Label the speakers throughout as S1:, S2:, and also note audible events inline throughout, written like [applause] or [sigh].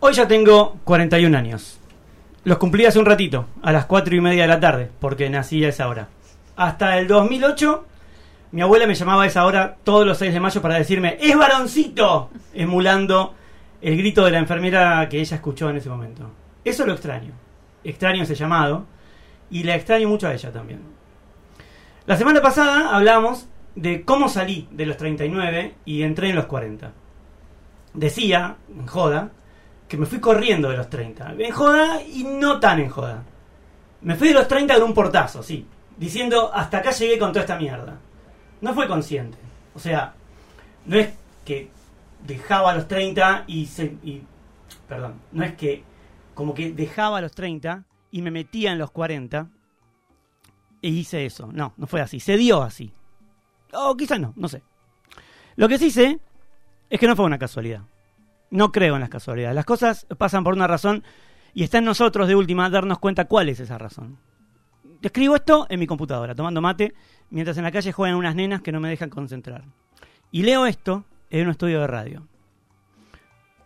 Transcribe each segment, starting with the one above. S1: Hoy ya tengo 41 años. Los cumplí hace un ratito, a las 4 y media de la tarde, porque nací a esa hora. Hasta el 2008, mi abuela me llamaba a esa hora todos los 6 de mayo para decirme, ¡Es varoncito! Emulando el grito de la enfermera que ella escuchó en ese momento. Eso lo extraño. Extraño ese llamado. Y la extraño mucho a ella también. La semana pasada hablamos de cómo salí de los 39 y entré en los 40. Decía, en joda, que me fui corriendo de los 30. En joda y no tan en joda. Me fui de los 30 de un portazo, sí. Diciendo, hasta acá llegué con toda esta mierda. No fue consciente. O sea, no es que dejaba a los 30 y, se, y... Perdón, no es que como que dejaba a los 30 y me metía en los 40 e hice eso. No, no fue así. Se dio así. O quizás no, no sé. Lo que sí sé es que no fue una casualidad. No creo en las casualidades. Las cosas pasan por una razón y está en nosotros de última darnos cuenta cuál es esa razón. Escribo esto en mi computadora, tomando mate, mientras en la calle juegan unas nenas que no me dejan concentrar. Y leo esto en un estudio de radio.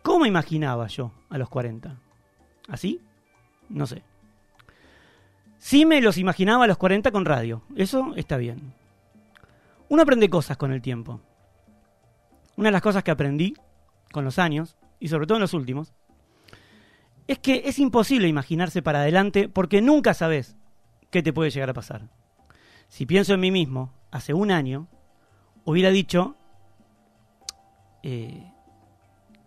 S1: ¿Cómo me imaginaba yo a los 40? ¿Así? No sé. Sí me los imaginaba a los 40 con radio. Eso está bien. Uno aprende cosas con el tiempo. Una de las cosas que aprendí con los años, y sobre todo en los últimos, es que es imposible imaginarse para adelante porque nunca sabes qué te puede llegar a pasar. Si pienso en mí mismo, hace un año, hubiera dicho, eh,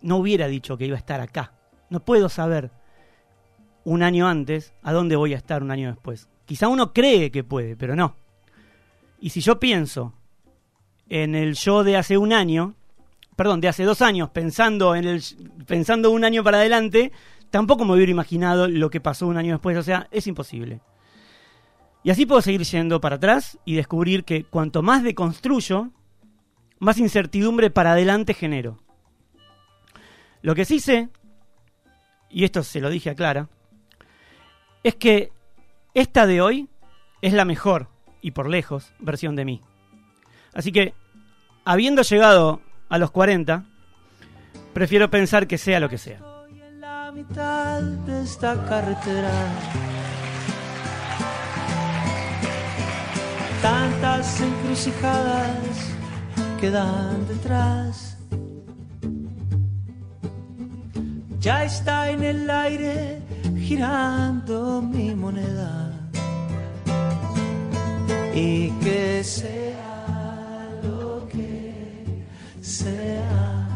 S1: no hubiera dicho que iba a estar acá. No puedo saber un año antes a dónde voy a estar un año después. Quizá uno cree que puede, pero no. Y si yo pienso en el yo de hace un año, perdón, de hace dos años, pensando en el, pensando un año para adelante, tampoco me hubiera imaginado lo que pasó un año después. O sea, es imposible. Y así puedo seguir yendo para atrás y descubrir que cuanto más deconstruyo, más incertidumbre para adelante genero. Lo que sí sé, y esto se lo dije a Clara, es que esta de hoy es la mejor y por lejos versión de mí. Así que, habiendo llegado a los 40, prefiero pensar que sea lo que sea.
S2: Estoy en la mitad de esta carretera. Tantas encrucijadas quedan detrás. Ya está en el aire girando mi moneda. Y que sea lo que sea.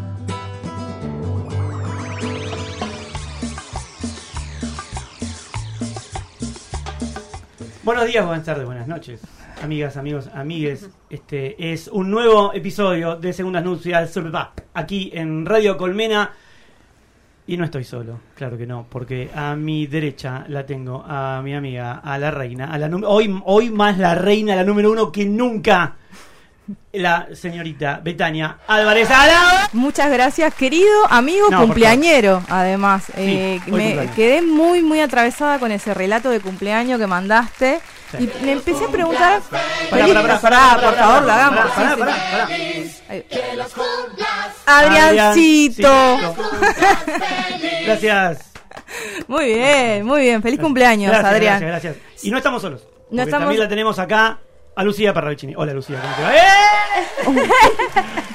S1: Buenos días, buenas tardes, buenas noches. Amigas, amigos, amigues, este es un nuevo episodio de Segundas Nupcias sobre Pap, aquí en Radio Colmena. Y no estoy solo, claro que no, porque a mi derecha la tengo a mi amiga, a la reina, a la num- hoy, hoy más la reina, la número uno que nunca, la señorita Betania Álvarez. ¡Alá!
S3: Muchas gracias, querido amigo
S1: No, por
S3: cumpleañero. Además, eh,
S1: hoy
S3: me
S1: cumpleaños.
S3: quedé muy, muy atravesada con ese relato de cumpleaños que mandaste.
S1: Sí.
S3: Y me empecé a preguntar.
S1: Pará, pará, pará, pará,
S3: Feliz- por
S1: pará,
S3: favor,
S1: pará,
S3: la hagamos.
S1: pará,
S3: sí, sí.
S1: pará, pará.
S3: Ahí. Adriancito.
S1: Gracias.
S3: Muy bien, muy bien. Feliz cumpleaños,
S1: Gracias,
S3: Adrián.
S1: Gracias, gracias. Y no estamos solos. porque
S3: estamos-
S1: También la tenemos acá a Lucía Parravicini. Hola, Lucía. ¿cómo te va? ¡Eh!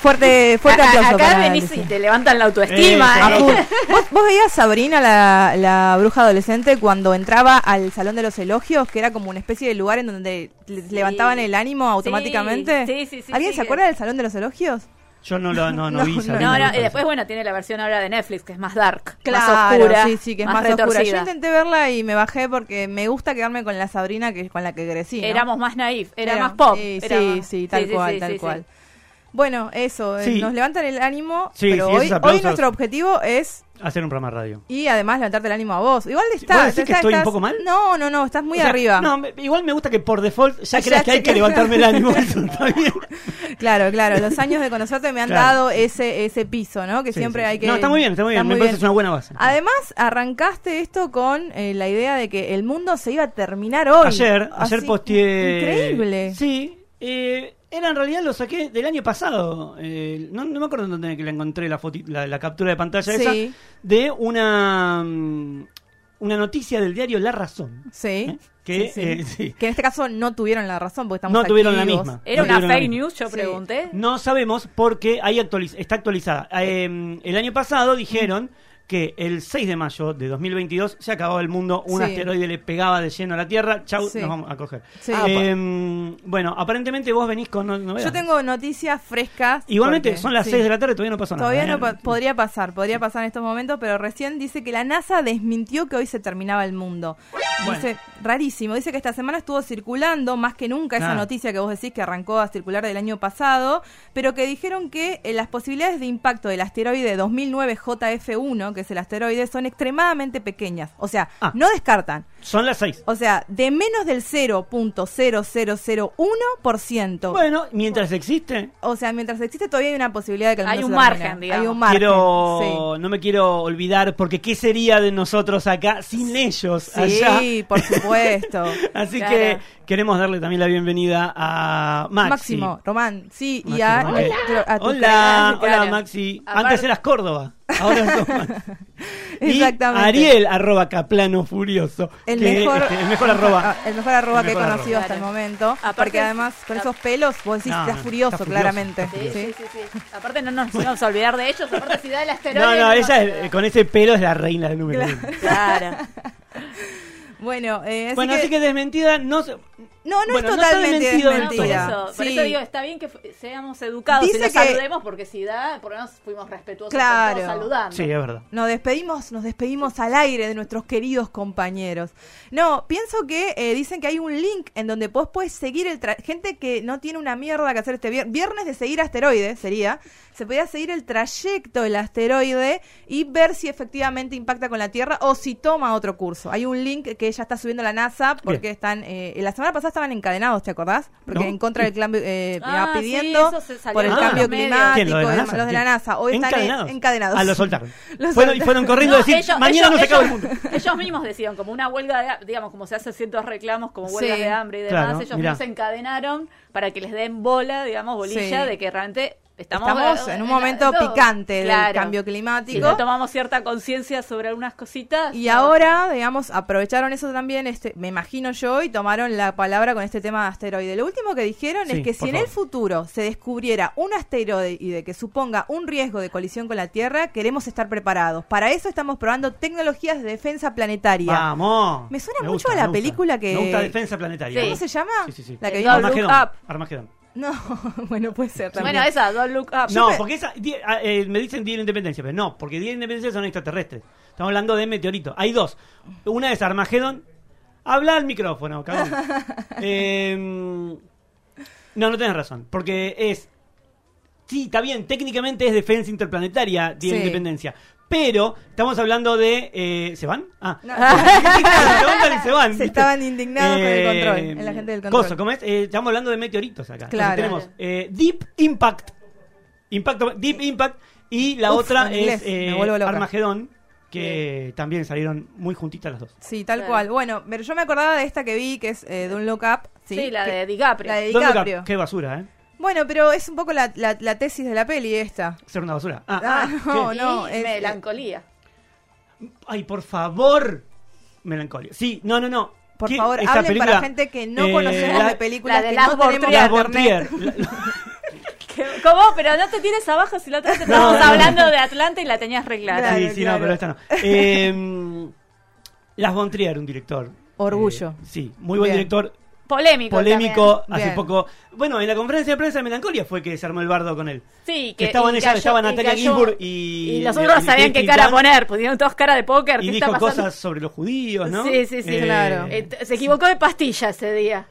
S3: Fuerte, fuerte
S4: A-
S3: aplauso.
S4: acá
S3: para
S4: venís
S3: Alicia.
S4: y te levantan la autoestima.
S1: Eh,
S3: A
S4: ¿eh?
S3: full. ¿Vos, vos veías Sabrina, la, la bruja adolescente, cuando entraba al Salón de los Elogios, que era como una especie de lugar en donde le- levantaban el ánimo automáticamente?
S4: Sí, sí, sí,
S3: ¿Alguien
S4: sí,
S3: se
S4: que-
S3: acuerda del Salón de los Elogios?
S1: Yo no lo no, no,
S3: [laughs] No,
S1: vi.
S3: no,
S1: Sabrina,
S4: No,
S1: me
S4: no, y
S1: parece.
S4: después, bueno, tiene la versión ahora de Netflix, que es más dark, más oscura,
S3: sí, sí, que es más, oscura. Yo
S4: retorcida.
S3: intenté verla y me bajé porque me gusta quedarme con la Sabrina que con la que crecí. ¿no?
S4: Éramos más naif, era,
S3: Éramos-
S4: más pop.
S3: Sí,
S4: era
S3: sí,
S4: más-
S3: sí, tal
S4: sí, sí,
S3: cual,
S4: sí,
S3: tal
S4: sí,
S3: cual.
S4: sí.
S3: Bueno, eso, eh,
S1: Sí.
S3: nos levantan el ánimo,
S1: Sí,
S3: pero
S1: sí,
S3: hoy,
S1: esos
S3: hoy
S1: aplausos.
S3: nuestro objetivo es
S1: Hacer un programa de radio.
S3: Y además levantarte el ánimo a vos. Igual está.
S1: ¿Vos decís
S3: está-
S1: que estoy un
S3: estás-
S1: poco mal?
S3: No, no, no, estás muy
S1: O sea,
S3: arriba.
S1: No, me- igual me gusta que por default ya
S3: [laughs] Ya
S1: creas que hay
S3: sé
S1: que
S3: que-
S1: levantarme el
S3: [laughs]
S1: ánimo. Eso está bien.
S3: Claro, claro.
S1: [laughs]
S3: Los años de conocerte me han
S1: Claro.
S3: dado ese, ese piso, ¿no? Que
S1: Sí,
S3: siempre
S1: sí, sí.
S3: hay que.
S1: No, está muy bien, está muy bien. me parece que es una buena base.
S3: Además, arrancaste esto con eh, la idea de que el mundo se iba a terminar hoy.
S1: Ayer, ayer
S3: Así-
S1: posteé.
S3: Increíble.
S1: Sí. eh, Era en realidad lo saqué del año pasado. eh, no, no me acuerdo dónde que la encontré la, foti- la, la captura de pantalla
S3: Sí.
S1: esa de una mm, una noticia del diario La Razón.
S3: Sí.
S1: ¿eh? Que
S3: Sí, sí.
S1: eh, sí.
S3: Que en este caso no tuvieron la razón porque estamos
S1: No tuvieron la
S3: activos.
S1: misma.
S4: ¿Era
S1: No
S4: una
S1: tuvieron
S4: fake
S1: ánimo.
S4: news? Yo
S3: Sí.
S4: pregunté.
S1: No sabemos porque ahí actualiz- está actualizada. Eh, el año pasado dijeron que el 6 de mayo de 2022 se acababa el mundo, un
S3: Sí.
S1: asteroide le pegaba de lleno a la Tierra, chau,
S3: Sí.
S1: nos vamos a coger.
S3: Sí.
S1: Eh, bueno, aparentemente vos venís con no- novedades.
S3: Yo tengo noticias frescas.
S1: Igualmente
S3: porque-
S1: son las
S3: sí.
S1: 6 de la tarde, todavía no pasó nada. ¿eh?
S3: Todavía no
S1: Mañana-
S3: pa- podría pasar, podría pasar en estos momentos, pero recién dice que la NASA desmintió que hoy se terminaba el mundo. Dice, rarísimo, dice que esta semana estuvo circulando más que nunca esa
S1: Ah.
S3: noticia que vos decís que arrancó a circular del año pasado, pero que dijeron que eh, las posibilidades de impacto del asteroide 2009 JF1, que es el asteroide, son extremadamente pequeñas. O sea,
S1: Ah.
S3: no descartan.
S1: Son las 6.
S3: O sea, de menos del 0.0001%.
S1: Bueno, mientras existe,
S3: O sea, mientras existe todavía hay una posibilidad de que el
S4: Hay
S3: mundo
S4: un
S3: se
S4: margen,
S3: termine.
S4: digamos.
S3: Hay un margen.
S1: quiero
S3: sí.
S1: no me quiero olvidar porque qué sería de nosotros acá sin ellos allá. [laughs]
S3: Sí, por supuesto.
S1: Así
S4: Claro.
S1: que queremos darle también la bienvenida a [laughs] Maxi.
S3: Máximo, Román, sí,
S1: Maxi
S3: y a,
S1: Román.
S3: nuestro- a tu
S1: hola,
S4: canal,
S1: hola
S4: claro.
S1: Maxi.
S4: Aparte-
S1: Antes eras Córdoba, ahora
S3: [laughs]
S1: sos Maxi. Y
S3: Exactamente.
S1: Ariel arroba Caplano Furioso.
S3: El
S1: que-
S3: mejor,
S1: [laughs]
S3: Ah,
S1: el mejor arroba.
S3: [laughs] el mejor arroba
S1: El
S3: que he
S1: mejor arroba.
S3: conocido hasta el
S4: Claro.
S3: momento.
S4: Aparte-
S3: porque además, con esos pelos, vos decís,
S1: No,
S3: estás
S1: no,
S3: furioso,
S1: está furioso,
S3: claramente.
S1: está
S4: Sí,
S3: Sí.
S4: sí, sí, sí. Aparte no nos vamos a olvidar de ellos. Aparte si da el
S3: ah.
S4: asteroide...
S1: No, no,
S4: nos
S1: ella
S4: olvidamos.
S1: es- con ese pelo es la reina del número uno.
S4: Claro.
S3: Bueno, eh, así
S1: Bueno,
S3: que-
S1: así que desmentida, no sé.
S3: no, no
S1: bueno,
S3: es
S1: no está
S3: totalmente
S1: desmentido del
S4: No, por
S1: Mentira.
S3: desmentida.
S4: eso, por
S3: Sí.
S4: eso digo, está bien que fu- seamos educados
S3: Dice
S4: y nos
S3: que-
S4: saludemos porque si da, por lo menos fuimos respetuosos con
S3: Claro.
S4: todos saludando.
S1: Sí, es verdad.
S3: Nos despedimos, nos despedimos al aire de nuestros queridos compañeros. No, pienso que eh, dicen que hay un link en donde vos puedes seguir el tra- gente que no tiene una mierda que hacer este vier- viernes de seguir asteroides sería. Se podía seguir el trayecto del asteroide y ver si efectivamente impacta con la Tierra o si toma otro curso. Hay un link que ya está subiendo la NASA porque
S1: Bien.
S3: están eh, la semana pasada estaban encadenados, ¿te acordás? Porque
S1: No.
S3: en contra del cambio eh,
S4: Ah, sí,
S3: pidiendo
S4: eso se salió
S3: por el
S1: en
S3: cambio
S1: los
S4: medios.
S3: climático,
S1: ¿Quién? ¿Lo de la
S3: y demás,
S1: NASA?
S3: los de la
S1: ¿Quién?
S3: NASA. Hoy
S1: encadenados.
S3: están eh, encadenados.
S1: Ah, lo soltaron.
S3: Los
S1: fueron, y
S3: soltaron.
S1: fueron corriendo
S4: No,
S1: a decir,
S4: ellos-
S1: mañana
S4: ellos-
S1: nos acaba el
S4: ellos-
S1: mundo.
S4: [laughs] Ellos mismos decían, como una huelga, de- digamos, como se hacen ciertos reclamos, como huelgas
S3: Sí.
S4: de hambre y demás,
S1: Claro,
S4: ellos
S1: mirá.
S4: mismos se encadenaron para que les den bola, digamos, bolilla,
S3: Sí.
S4: de que realmente estamos,
S3: Estamos en un momento
S4: todo.
S3: picante del
S4: Claro.
S3: cambio
S4: Si
S3: climático.
S4: no tomamos cierta conciencia sobre algunas cositas.
S3: y
S4: no.
S3: ahora, digamos, aprovecharon eso también, este, me imagino yo, y tomaron la palabra con este tema de asteroide. Lo último que dijeron
S1: Sí,
S3: es que si
S1: por
S3: en el
S1: favor.
S3: futuro se descubriera un asteroide que suponga un riesgo de colisión con la Tierra, queremos estar preparados. Para eso estamos probando tecnologías de defensa planetaria.
S1: Vamos.
S3: Me suena mucho a la
S1: me gusta.
S3: película que-
S1: Me gusta Defensa Planetaria.
S4: Sí.
S3: ¿Cómo se llama?
S1: Sí, sí, sí.
S3: La que
S4: El
S3: vimos.
S4: Look
S1: Armagedón.
S4: Up.
S1: Armagedón.
S3: No, [laughs] bueno, puede ser también.
S4: Bueno, esa, don't look up.
S1: No,
S3: pe-
S1: porque esa, di- ah, eh, me dicen Día de la Independencia, pero no, porque Día de la Independencia son extraterrestres. Estamos hablando de meteoritos. Hay dos. Una es Armagedón. Habla al micrófono, cabrón.
S3: [laughs]
S1: Eh, no, no tenés razón, porque es... Sí, está bien, técnicamente es defensa interplanetaria Día de la
S3: Sí.
S1: Independencia. Pero estamos hablando de... eh, ¿Se van? Ah.
S3: No. [laughs]
S1: se levantan y se van.
S3: Se
S1: ¿viste?
S3: estaban indignados con el control, en la gente del control.
S1: Cosa, ¿cómo es? Eh, estamos hablando de meteoritos acá. Entonces
S3: Claro.
S1: tenemos eh, Deep Impact. Impacto, Deep Impact. Y la
S3: Uf,
S1: otra
S3: en
S1: es
S3: inglés, me
S1: eh,
S3: vuelvo loca.
S1: Armagedón, que también salieron muy juntitas las dos.
S3: Sí, tal
S4: Claro.
S3: cual. Bueno, pero yo me acordaba de esta que vi, que es eh, de un look up. Sí,
S4: Sí, la
S3: que-
S4: de DiCaprio.
S3: La de
S1: ¿Dónde cap-
S3: DiCaprio.
S1: Qué basura, ¿eh?
S3: Bueno, pero es un poco la, la- la tesis de la peli esta.
S1: Ser una basura. Ah,
S3: Ah,
S1: ah,
S3: no,
S1: ¿qué?
S3: no,
S4: Y
S3: es-
S4: melancolía.
S1: Ay, por favor. Melancolía. Sí, no, no, no.
S3: Por
S1: ¿Qué-
S3: favor,
S1: esa
S3: hablen
S1: película?
S3: para gente que no
S1: Eh,
S3: conocemos
S1: la-
S3: de películas
S4: la de
S3: que
S4: Lars
S3: no tenemos
S1: Las
S3: en internet.
S1: Bortier. La-
S4: ¿Qué- ¿Cómo? Pero no te tires abajo si la otra vez
S1: No,
S4: estábamos
S1: no, no.
S4: hablando de Atlanta y la tenías reglada.
S3: Claro,
S1: sí, sí,
S3: claro.
S1: no, pero esta
S3: [laughs]
S1: no. Eh, Las Bontrier, un director.
S3: Orgullo.
S1: Eh, sí, muy buen
S3: Bien.
S1: director,
S4: Polémico.
S1: polémico
S3: también.
S1: hace
S3: Bien.
S1: poco. Bueno, en la conferencia de prensa de Melancolía fue que se armó el bardo con él.
S4: también. Sí,
S1: que
S4: que,
S1: estaban
S4: y
S1: ella,
S4: cayó-
S1: estaba
S4: y
S1: Natalia
S4: cayó-
S1: Ginsburg y.
S4: Y los otros no
S1: y
S4: sabían qué
S1: Hillary
S4: cara
S1: Clinton,
S4: poner, pusieron todos cara de póker.
S1: Y
S4: ¿Qué
S1: dijo
S4: está pasando?
S1: cosas sobre los judíos, ¿no?
S4: Sí, sí, sí.
S3: Claro.
S4: Eh, t- se equivocó de pastilla ese día.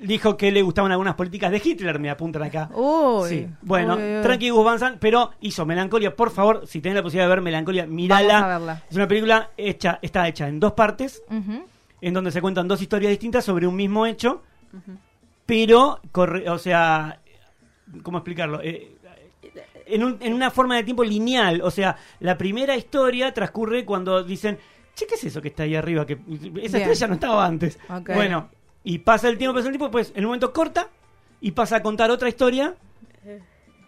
S1: Dijo que le gustaban algunas políticas de Hitler, me apuntan acá.
S3: Uy.
S1: Sí. Bueno,
S3: Uy, uy, uy.
S1: tranqui Gus Van Sant, pero hizo Melancolia. Por favor, si tenés la posibilidad de ver Melancolia, mírala.
S3: Vamos a verla.
S1: Es una película hecha, está hecha en dos partes,
S3: Ujú.
S1: en donde se cuentan dos historias distintas sobre un mismo hecho, pero, corre- o sea, ¿cómo explicarlo? Eh, en, un- en una forma de tiempo lineal, o sea, la primera historia transcurre cuando dicen, che, ¿qué es eso que está ahí arriba? Que esa
S3: Bien.
S1: estrella no estaba antes.
S3: Ok.
S1: Bueno, y pasa el tiempo, pasa el tiempo, pues en un momento corta y pasa a contar otra historia.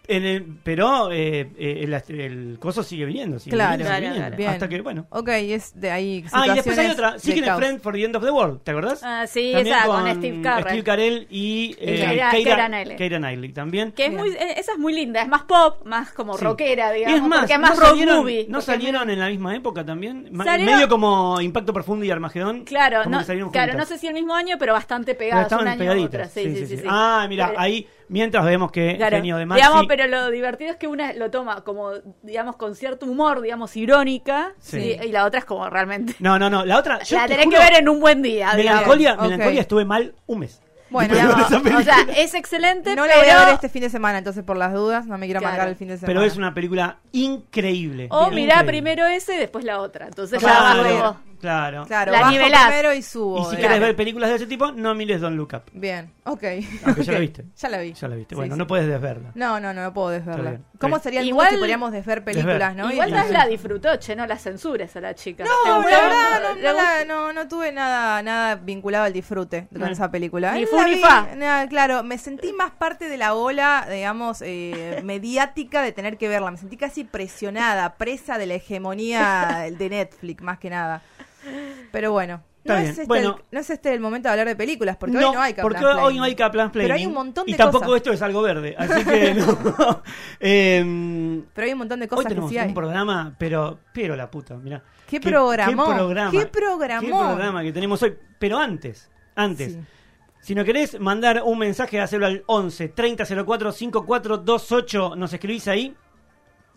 S1: en el- pero eh, eh, el, ast- el coso sigue viniendo, sigue
S3: Claro,
S1: viniendo, sigue
S4: claro,
S1: viniendo,
S3: Bien.
S1: hasta que bueno.
S3: Ok, y es de ahí.
S1: Ah, y después hay
S3: situaciones
S1: otra,
S3: de
S1: Seeking a
S3: caos.
S1: Friend for the End of the World, ¿te acordás?
S4: Ah, sí,
S1: También
S4: esa, con, Steve Carell.
S1: Steve Carell y eh,
S4: Keira-
S1: Keira-
S4: Keira Knightley.
S1: Keira Knightley también.
S4: Que es
S3: Bien.
S4: muy, eh, esa es muy linda, es más pop, más como
S1: Sí.
S4: rockera,
S1: Y
S4: digamos.
S1: es más,
S4: porque es más
S1: ¿no
S4: road
S1: salieron,
S4: movie.
S1: ¿no
S4: porque es
S1: salieron en la misma época también? Ma-
S4: Salieron-
S1: Medio como Impacto Profundo y Armagedón.
S4: Claro,
S1: como
S4: no,
S1: que salieron
S4: claro, no
S1: juntas.
S4: sé si el mismo año, pero bastante
S1: Pero
S4: pegadas.
S1: estaban
S4: un año
S1: pegaditas.
S4: otra. Sí, sí, sí, sí.
S1: Ah, mira,
S4: Pero-
S1: ahí mientras vemos que
S4: claro,
S1: genio de Maxi.
S4: digamos, pero lo divertido es que una lo toma como, digamos, con cierto humor, digamos, irónica,
S1: Sí.
S4: y, y la otra es como realmente.
S1: No, no, no, la otra. yo
S4: la
S1: te
S4: tenés
S1: juro,
S4: que ver en un buen día, digamos.
S1: Melancolia,
S3: Ok.
S1: melancolia estuve mal un mes. [laughs]
S3: Bueno,
S1: Pero
S3: ya
S1: esa
S4: Digamos, o sea,
S1: película-
S4: es excelente,
S3: No la
S4: pero
S3: voy a ver este fin de semana, entonces por las dudas, no me quiero
S4: Claro.
S3: marcar el fin de semana.
S1: pero es una película increíble.
S4: o Oh, mirá
S1: Increíble.
S4: primero ese, después la otra. Entonces ya
S1: Claro,
S4: vas
S1: claro.
S4: como-
S3: Claro,
S4: la
S3: bajo
S4: nivelás.
S3: primero y subo.
S1: Y si
S3: digamos.
S1: quieres ver películas de ese tipo, no mires Don Look Up.
S3: Bien, ok.
S1: Aunque ya la
S3: Ok,
S1: viste.
S3: Ya la vi.
S1: Ya la viste.
S3: Sí,
S1: bueno,
S3: sí.
S1: no puedes desverla.
S3: No, no, no, no puedo
S1: Está
S3: desverla.
S1: bien.
S3: ¿Cómo
S1: Sí.
S3: sería el
S4: Igual-
S3: mundo si podríamos desver películas, no?
S4: Igual
S3: Y-
S4: Taz la disfrutó, che, no la censures a la chica. ¿Te
S3: No, la
S4: gustó?
S3: verdad, no,
S4: ¿Le
S3: no,
S4: gustó?
S3: la- no- no tuve nada nada vinculado al disfrute con
S1: Bueno.
S3: esa película.
S4: Ni
S3: Eh,
S4: fu
S3: la
S4: ni
S3: vi,
S4: fa.
S3: nada, claro, me sentí más parte de la ola, digamos,
S1: [laughs]
S3: eh, mediática de tener que verla. Me sentí casi presionada, presa de
S1: [laughs]
S3: la hegemonía de Netflix, más que nada. Pero bueno. No
S1: Está
S3: es,
S1: bien,
S3: este
S1: bueno.
S3: el, no es este el momento de hablar de películas, porque hoy no hay que
S1: porque
S3: hablar de
S1: hoy no hay
S3: Lightning.
S1: Kaplan
S3: Pero hay
S1: Planning,
S3: un montón de
S1: Y tampoco
S3: cosas.
S1: esto es algo verde. Así
S3: [laughs]
S1: que no. Eh,
S3: Pero hay un montón de
S1: hoy
S3: cosas que
S1: tenemos
S3: sí
S1: un
S3: hay.
S1: programa, pero, pero la puta, mirá.
S3: ¿Qué programón?
S1: ¿Qué programa?
S3: ¿Qué programón?
S1: qué programa que tenemos hoy? Pero antes, antes.
S3: Sí.
S1: Si no querés mandar un mensaje, hacelo al 11 3004 5428. Nos escribís ahí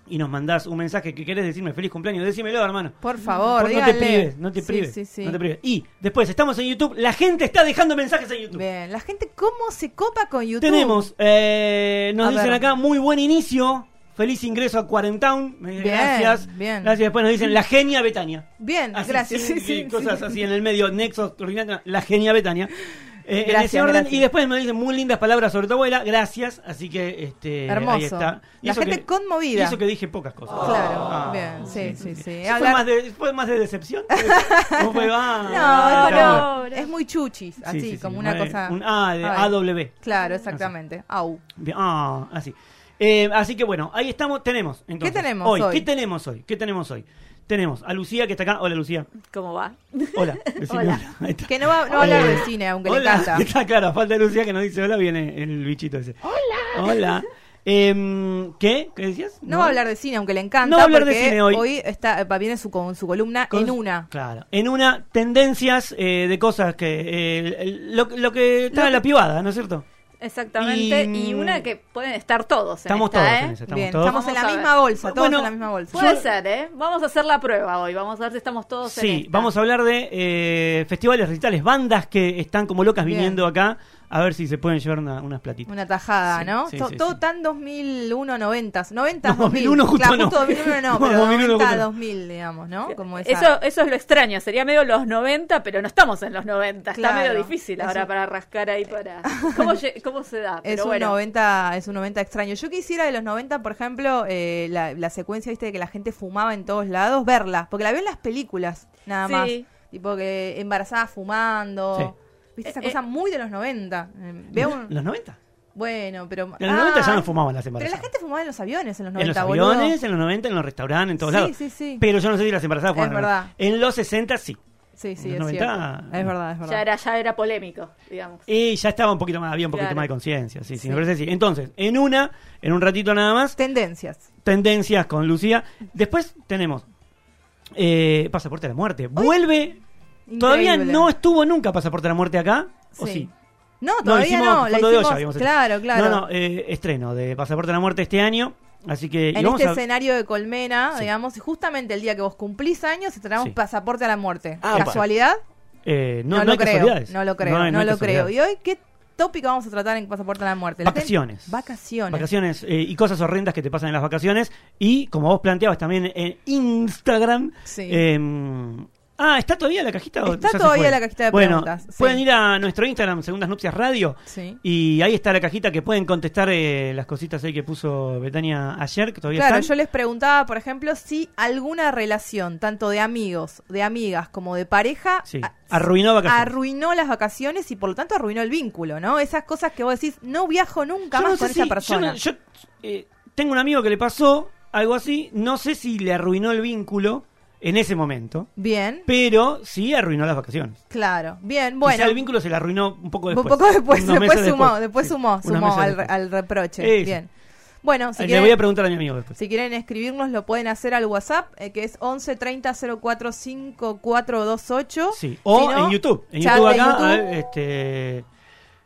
S1: y nos mandás un mensaje que querés decirme feliz cumpleaños. Decímelo, hermano.
S3: Por favor,
S1: Por- no te
S3: díganle.
S1: prives, no te
S3: Sí,
S1: prives.
S3: sí, sí.
S1: No te prives. Y después estamos en YouTube. La gente está dejando mensajes en YouTube.
S3: Bien, la gente cómo se copa con YouTube.
S1: Tenemos, eh, nos
S3: A
S1: dicen
S3: ver.
S1: acá, muy buen inicio. Feliz ingreso a Cuarentown. Me dicen,
S3: Bien,
S1: gracias.
S3: bien.
S1: Gracias. Después nos
S3: [laughs]
S1: dicen, la genia Betania.
S3: Bien,
S1: Así,
S3: gracias.
S1: sí,
S3: Sí, sí, [laughs]
S1: sí, cosas
S3: sí.
S1: así en el medio, nexos, coordinadas, la genia Betania. Eh, en
S3: Gracias,
S1: ese orden,
S3: gracias.
S1: y después me dicen muy lindas palabras sobre tu abuela, gracias, así que este,
S3: Hermoso.
S1: ahí está.
S3: La gente conmovida.
S1: Y eso que dije pocas cosas.
S3: Claro,
S1: Ah,
S3: bien, sí, sí, sí.
S1: ¿Fue,
S3: Hablar-
S1: más de, ¿Fue más de
S3: [laughs]
S1: decepción? ¿Cómo fue? Ah,
S3: No,
S1: ah,
S3: es
S1: está
S4: no.
S3: como- es muy chuchis, así
S1: Sí, sí, sí,
S3: como una
S1: madre,
S3: cosa.
S1: un A de
S3: Ay.
S1: AW.
S3: Claro, exactamente. Au.
S1: Bien, ah, así. Eh, así que bueno, ahí estamos, tenemos. entonces,
S3: ¿Qué tenemos hoy?
S1: ¿Qué tenemos hoy? ¿Qué tenemos hoy? Tenemos a Lucía que está acá. Hola, Lucía.
S4: ¿Cómo va?
S1: Hola. Decime
S4: Hola.
S1: Ahí está.
S3: Que no va, no va a hablar de
S1: Eh,
S3: cine, aunque le
S1: Hola.
S3: encanta.
S1: [laughs] Está claro, a falta de Lucía que nos dice hola, viene el bichito ese. Hola. Hola. Em, ¿Qué? ¿Qué decías?
S3: No va a hablar de cine, aunque le encanta.
S1: No va a hablar de
S3: porque
S1: cine hoy.
S3: está, eh, viene su, con su columna
S1: Con-
S3: en una.
S1: Claro. En una, tendencias eh, de cosas que. eh, el- el- lo, lo que está en la privada, ¿no es cierto?
S4: Exactamente,
S1: Y-
S4: y, una que pueden estar todos. en
S1: Estamos
S4: esta,
S1: todos
S4: ¿eh?
S1: en esa, estamos
S3: Bien,
S1: todos.
S3: estamos en
S4: Vamos
S3: la
S4: a ver.
S3: misma bolsa, todos
S1: Bueno,
S3: en la misma bolsa.
S4: Puede ser, ¿eh? Vamos a hacer la prueba hoy. Vamos a ver si estamos todos en
S1: Sí,
S4: esta.
S1: vamos a hablar de eh, festivales recitales, bandas que están como locas
S3: Bien.
S1: viniendo acá, a ver si se pueden llevar una- unas platitas.
S3: Una tajada,
S1: Sí,
S3: ¿no?
S1: sí,
S3: To-
S1: sí,
S3: todo
S1: sí.
S3: tan 2001, 90, 90,
S1: No, 2001 justo
S3: claro,
S1: no.
S3: justo 2001
S1: [laughs] No,
S3: no, pero
S1: 2001
S3: 90,
S1: justo no.
S3: 2000, digamos, ¿no? Como esa-
S4: Eso, eso es lo extraño, sería medio los 90, pero no estamos en los 90,
S3: Claro.
S4: está medio difícil ahora
S3: Eso-
S4: para rascar
S3: [laughs]
S4: ahí para... ¿Cómo, lle- cómo se da? Ah, Pero
S3: es un
S4: bueno,
S3: 90, es un 90 extraño. Yo quisiera de los 90, por ejemplo, eh, la, la secuencia, viste, de que la gente fumaba en todos lados, verla, porque la veo en las películas, nada
S4: Sí.
S3: más. Tipo que embarazada fumando. ¿Viste esa
S4: Eh,
S3: cosa muy de los 90? Eh, Veo un-
S1: ¿Los 90?
S3: Bueno, pero
S1: En los 90 ya
S3: ah,
S1: no fumaban las
S3: Pero
S1: embarazadas.
S3: la gente fumaba en los aviones en los 90,
S1: en los
S3: boludo.
S1: aviones, en los 90, en los restaurantes, en todos
S3: Sí,
S1: lados.
S3: sí, sí.
S1: Pero yo no sé si las embarazadas
S3: Es
S1: fumaban.
S3: verdad.
S1: En los 60 sí.
S3: Sí, sí,
S1: En
S3: es
S1: los
S3: cierto.
S1: 90,
S3: Es verdad, es verdad.
S4: ya era, ya era polémico, digamos.
S1: Y ya estaba un poquito más, había un poquito
S4: Claro.
S1: más de conciencia. Sí, sí,
S3: Sí.
S1: me parece que sí. Entonces, en una, en un ratito nada más,
S3: Tendencias.
S1: tendencias con Lucía. Después tenemos eh, Pasaporte a la Muerte. Vuelve. Todavía
S3: Increíble.
S1: no estuvo nunca Pasaporte a la Muerte acá. ¿O
S3: Sí.
S1: sí?
S3: No, todavía
S1: hicimos
S3: no. la
S1: Fondo de
S3: hicimos-
S1: Olla, habíamos hecho.
S3: claro, claro.
S1: No, no, eh, estreno de Pasaporte a la Muerte este año. Así que. y
S3: en
S1: vamos
S3: este
S1: a-
S3: escenario de Colmena,
S1: Sí.
S3: digamos, y justamente el día que vos cumplís años, estrenamos
S1: Sí.
S3: Pasaporte a la Muerte.
S5: Ah,
S3: ¿Casualidad?
S1: eh, no,
S3: No,
S1: no
S3: lo
S1: hay
S3: creo.
S1: casualidades.
S3: No lo creo, no,
S1: hay- hay
S3: lo creo.
S1: casualidades.
S3: ¿Y hoy qué tópico vamos a tratar en Pasaporte a la Muerte? La gente-
S1: Vacaciones.
S3: Vacaciones.
S1: Vacaciones eh, y cosas horrendas que te pasan en las vacaciones. Y como vos planteabas también en Instagram,
S3: Sí.
S1: eh, Ah, ¿está todavía la cajita? o
S3: Está
S1: ya se
S3: todavía
S1: fue?
S3: la cajita de
S1: bueno,
S3: preguntas, sí.
S1: Pueden ir a nuestro Instagram, Segundas Nupcias Radio,
S3: Sí.
S1: y ahí está la cajita que pueden contestar eh, las cositas ahí que puso Betania ayer, que todavía
S3: Claro, yo
S1: están.
S3: les preguntaba, por ejemplo, si alguna relación, tanto de amigos, de amigas, como de pareja,
S1: Sí,
S3: a-
S1: arruinó vacaciones.
S3: arruinó las vacaciones y por lo tanto arruinó el vínculo, ¿no? Esas cosas que vos decís, no viajo nunca
S1: Yo
S3: más
S1: no sé
S3: con
S1: si-
S3: esa persona.
S1: Yo, no- yo, eh, tengo un amigo que le pasó algo así, no sé si le arruinó el vínculo en ese momento,
S3: Bien,
S1: pero sí arruinó las vacaciones.
S3: claro, bien,
S1: Bueno,
S3: bueno.
S1: el vínculo se le arruinó un poco
S3: Un
S1: después.
S3: poco después,
S1: unos
S3: después
S1: meses
S3: sumó, después
S1: Sí,
S3: sumó,
S1: unos
S3: sumó
S1: meses
S3: al,
S1: después.
S3: al reproche.
S1: Eh, sí. Eh,
S3: Bien. Bueno, si
S1: Le
S3: quieren,
S1: voy a preguntar a mi amigo después.
S3: si quieren escribirnos, lo pueden hacer al WhatsApp, eh, que es 11 30 04 5428.
S1: Sí, o
S3: Si no,
S1: en YouTube. En
S3: chat
S1: YouTube
S3: de
S1: acá, eh,
S3: YouTube.
S1: a ver, este...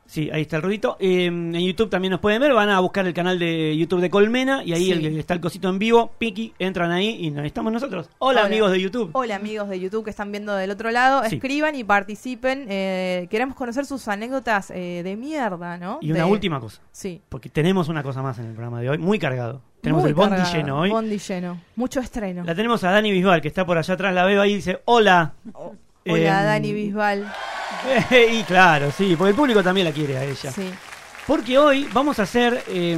S1: Sí, ahí está el ruidito. Eh, en YouTube también nos pueden ver. Van a buscar el canal de YouTube de Colmena y ahí
S3: Sí.
S1: el- está el cosito en vivo. Piqui, entran ahí y ahí estamos nosotros. Hola,
S3: Hola.
S1: amigos de YouTube.
S3: Hola amigos de YouTube que están viendo del otro lado,
S1: Sí.
S3: escriban y participen. eh, queremos conocer sus anécdotas eh, de mierda, ¿no?
S1: Y una
S3: De-
S1: última cosa,
S3: Sí.
S1: porque tenemos una cosa más en el programa de hoy, muy cargado. Tenemos
S3: Muy
S1: el bondi
S3: cargada,
S1: lleno hoy.
S3: Bondi lleno. Mucho estreno.
S1: La tenemos a Dani Bisbal, que está por allá atrás, la veo ahí y dice, hola.
S3: O-
S1: Eh,
S3: Hola Dani Bisbal.
S1: [laughs] y claro, sí, porque el público también la quiere a ella.
S3: Sí.
S1: Porque hoy vamos a hacer eh,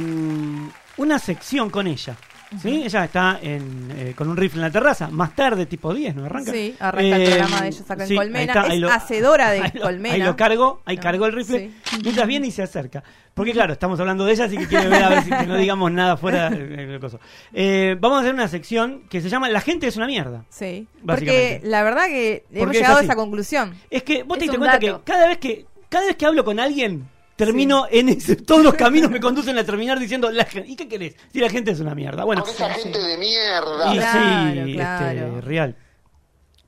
S1: una sección con ella. ¿sí? Ella está en, eh, con un rifle en la terraza. Más tarde, tipo 10, ¿no arranca?
S3: Sí, arranca el
S1: Eh,
S3: programa de ellos acá en
S1: sí,
S3: Colmena.
S1: ahí está, ahí
S3: es
S1: lo-
S3: hacedora de
S1: [laughs] ahí lo-
S3: Colmena.
S1: Ahí lo cargo, ahí
S3: No,
S1: cargo el rifle.
S3: sí.
S1: Mientras viene y se acerca. Porque claro, estamos hablando de ella, así que quiere ver a ver si que no digamos nada
S3: [laughs]
S1: fuera del del coso. Eh, vamos a hacer una sección que se llama La gente es una mierda.
S3: Sí. Porque
S1: Básicamente.
S3: la verdad que hemos
S1: Porque es
S3: llegado a
S1: así.
S3: esa conclusión.
S1: Es que vos
S4: Es
S1: te diste
S4: un
S1: cuenta que
S4: dato.
S1: cada vez que cada vez que hablo con alguien termino en ese, todos
S3: [laughs]
S1: los caminos me conducen a terminar diciendo la gen- ¿y qué querés? Si la gente es una mierda. Bueno,
S5: Con esa gente de
S1: y
S5: mierda.
S3: Claro,
S1: sí,
S3: claro.
S1: este, real.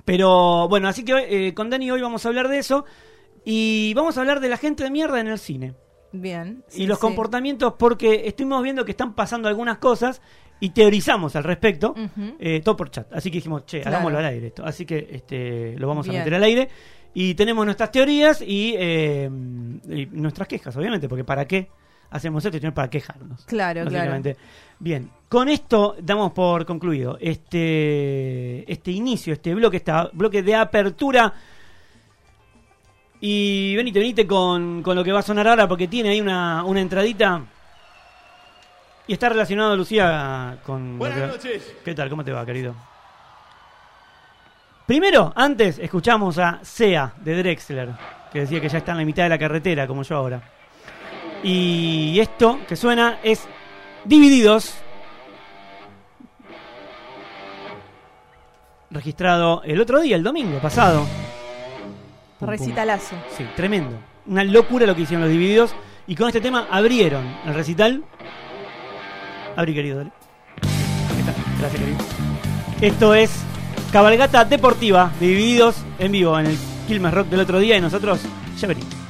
S1: Pero bueno, así que hoy, eh, con Dani hoy vamos a hablar de eso y vamos a hablar de la gente de mierda en el cine
S3: Bien.
S1: y
S3: sí,
S1: los
S3: sí.
S1: comportamientos porque estuvimos viendo que están pasando algunas cosas y teorizamos al respecto,
S3: Ujú.
S1: eh, todo por chat. Así que dijimos, che,
S3: Claro.
S1: hagámoslo al aire esto. Así que este, lo vamos
S3: Bien.
S1: a meter al aire. Y tenemos nuestras teorías y, eh, y nuestras quejas, obviamente, porque ¿para qué hacemos esto? Sino Para quejarnos.
S3: Claro, claro.
S1: básicamente. Bien, con esto damos por concluido este, este inicio, este bloque, este bloque de apertura. Y venite, venite con, con lo que va a sonar ahora porque tiene ahí una, una entradita. Y está relacionado, Lucía, con... lo que-
S6: Buenas noches.
S1: ¿Qué tal? ¿Cómo te va, querido? Primero, antes escuchamos a Sea de Drexler, que decía que ya está en la mitad de la carretera, como yo ahora. Y esto que suena es Divididos. Registrado el otro día, el domingo pasado. Pum, pum.
S3: Recitalazo.
S1: Sí, tremendo. Una locura lo que hicieron los divididos. Y con este tema abrieron el recital. Abrí, querido, dale. Ahí está. Gracias, querido. Esto es Cabalgata Deportiva de Divididos en vivo en el Quilmes Rock del otro día. Y nosotros ya venimos.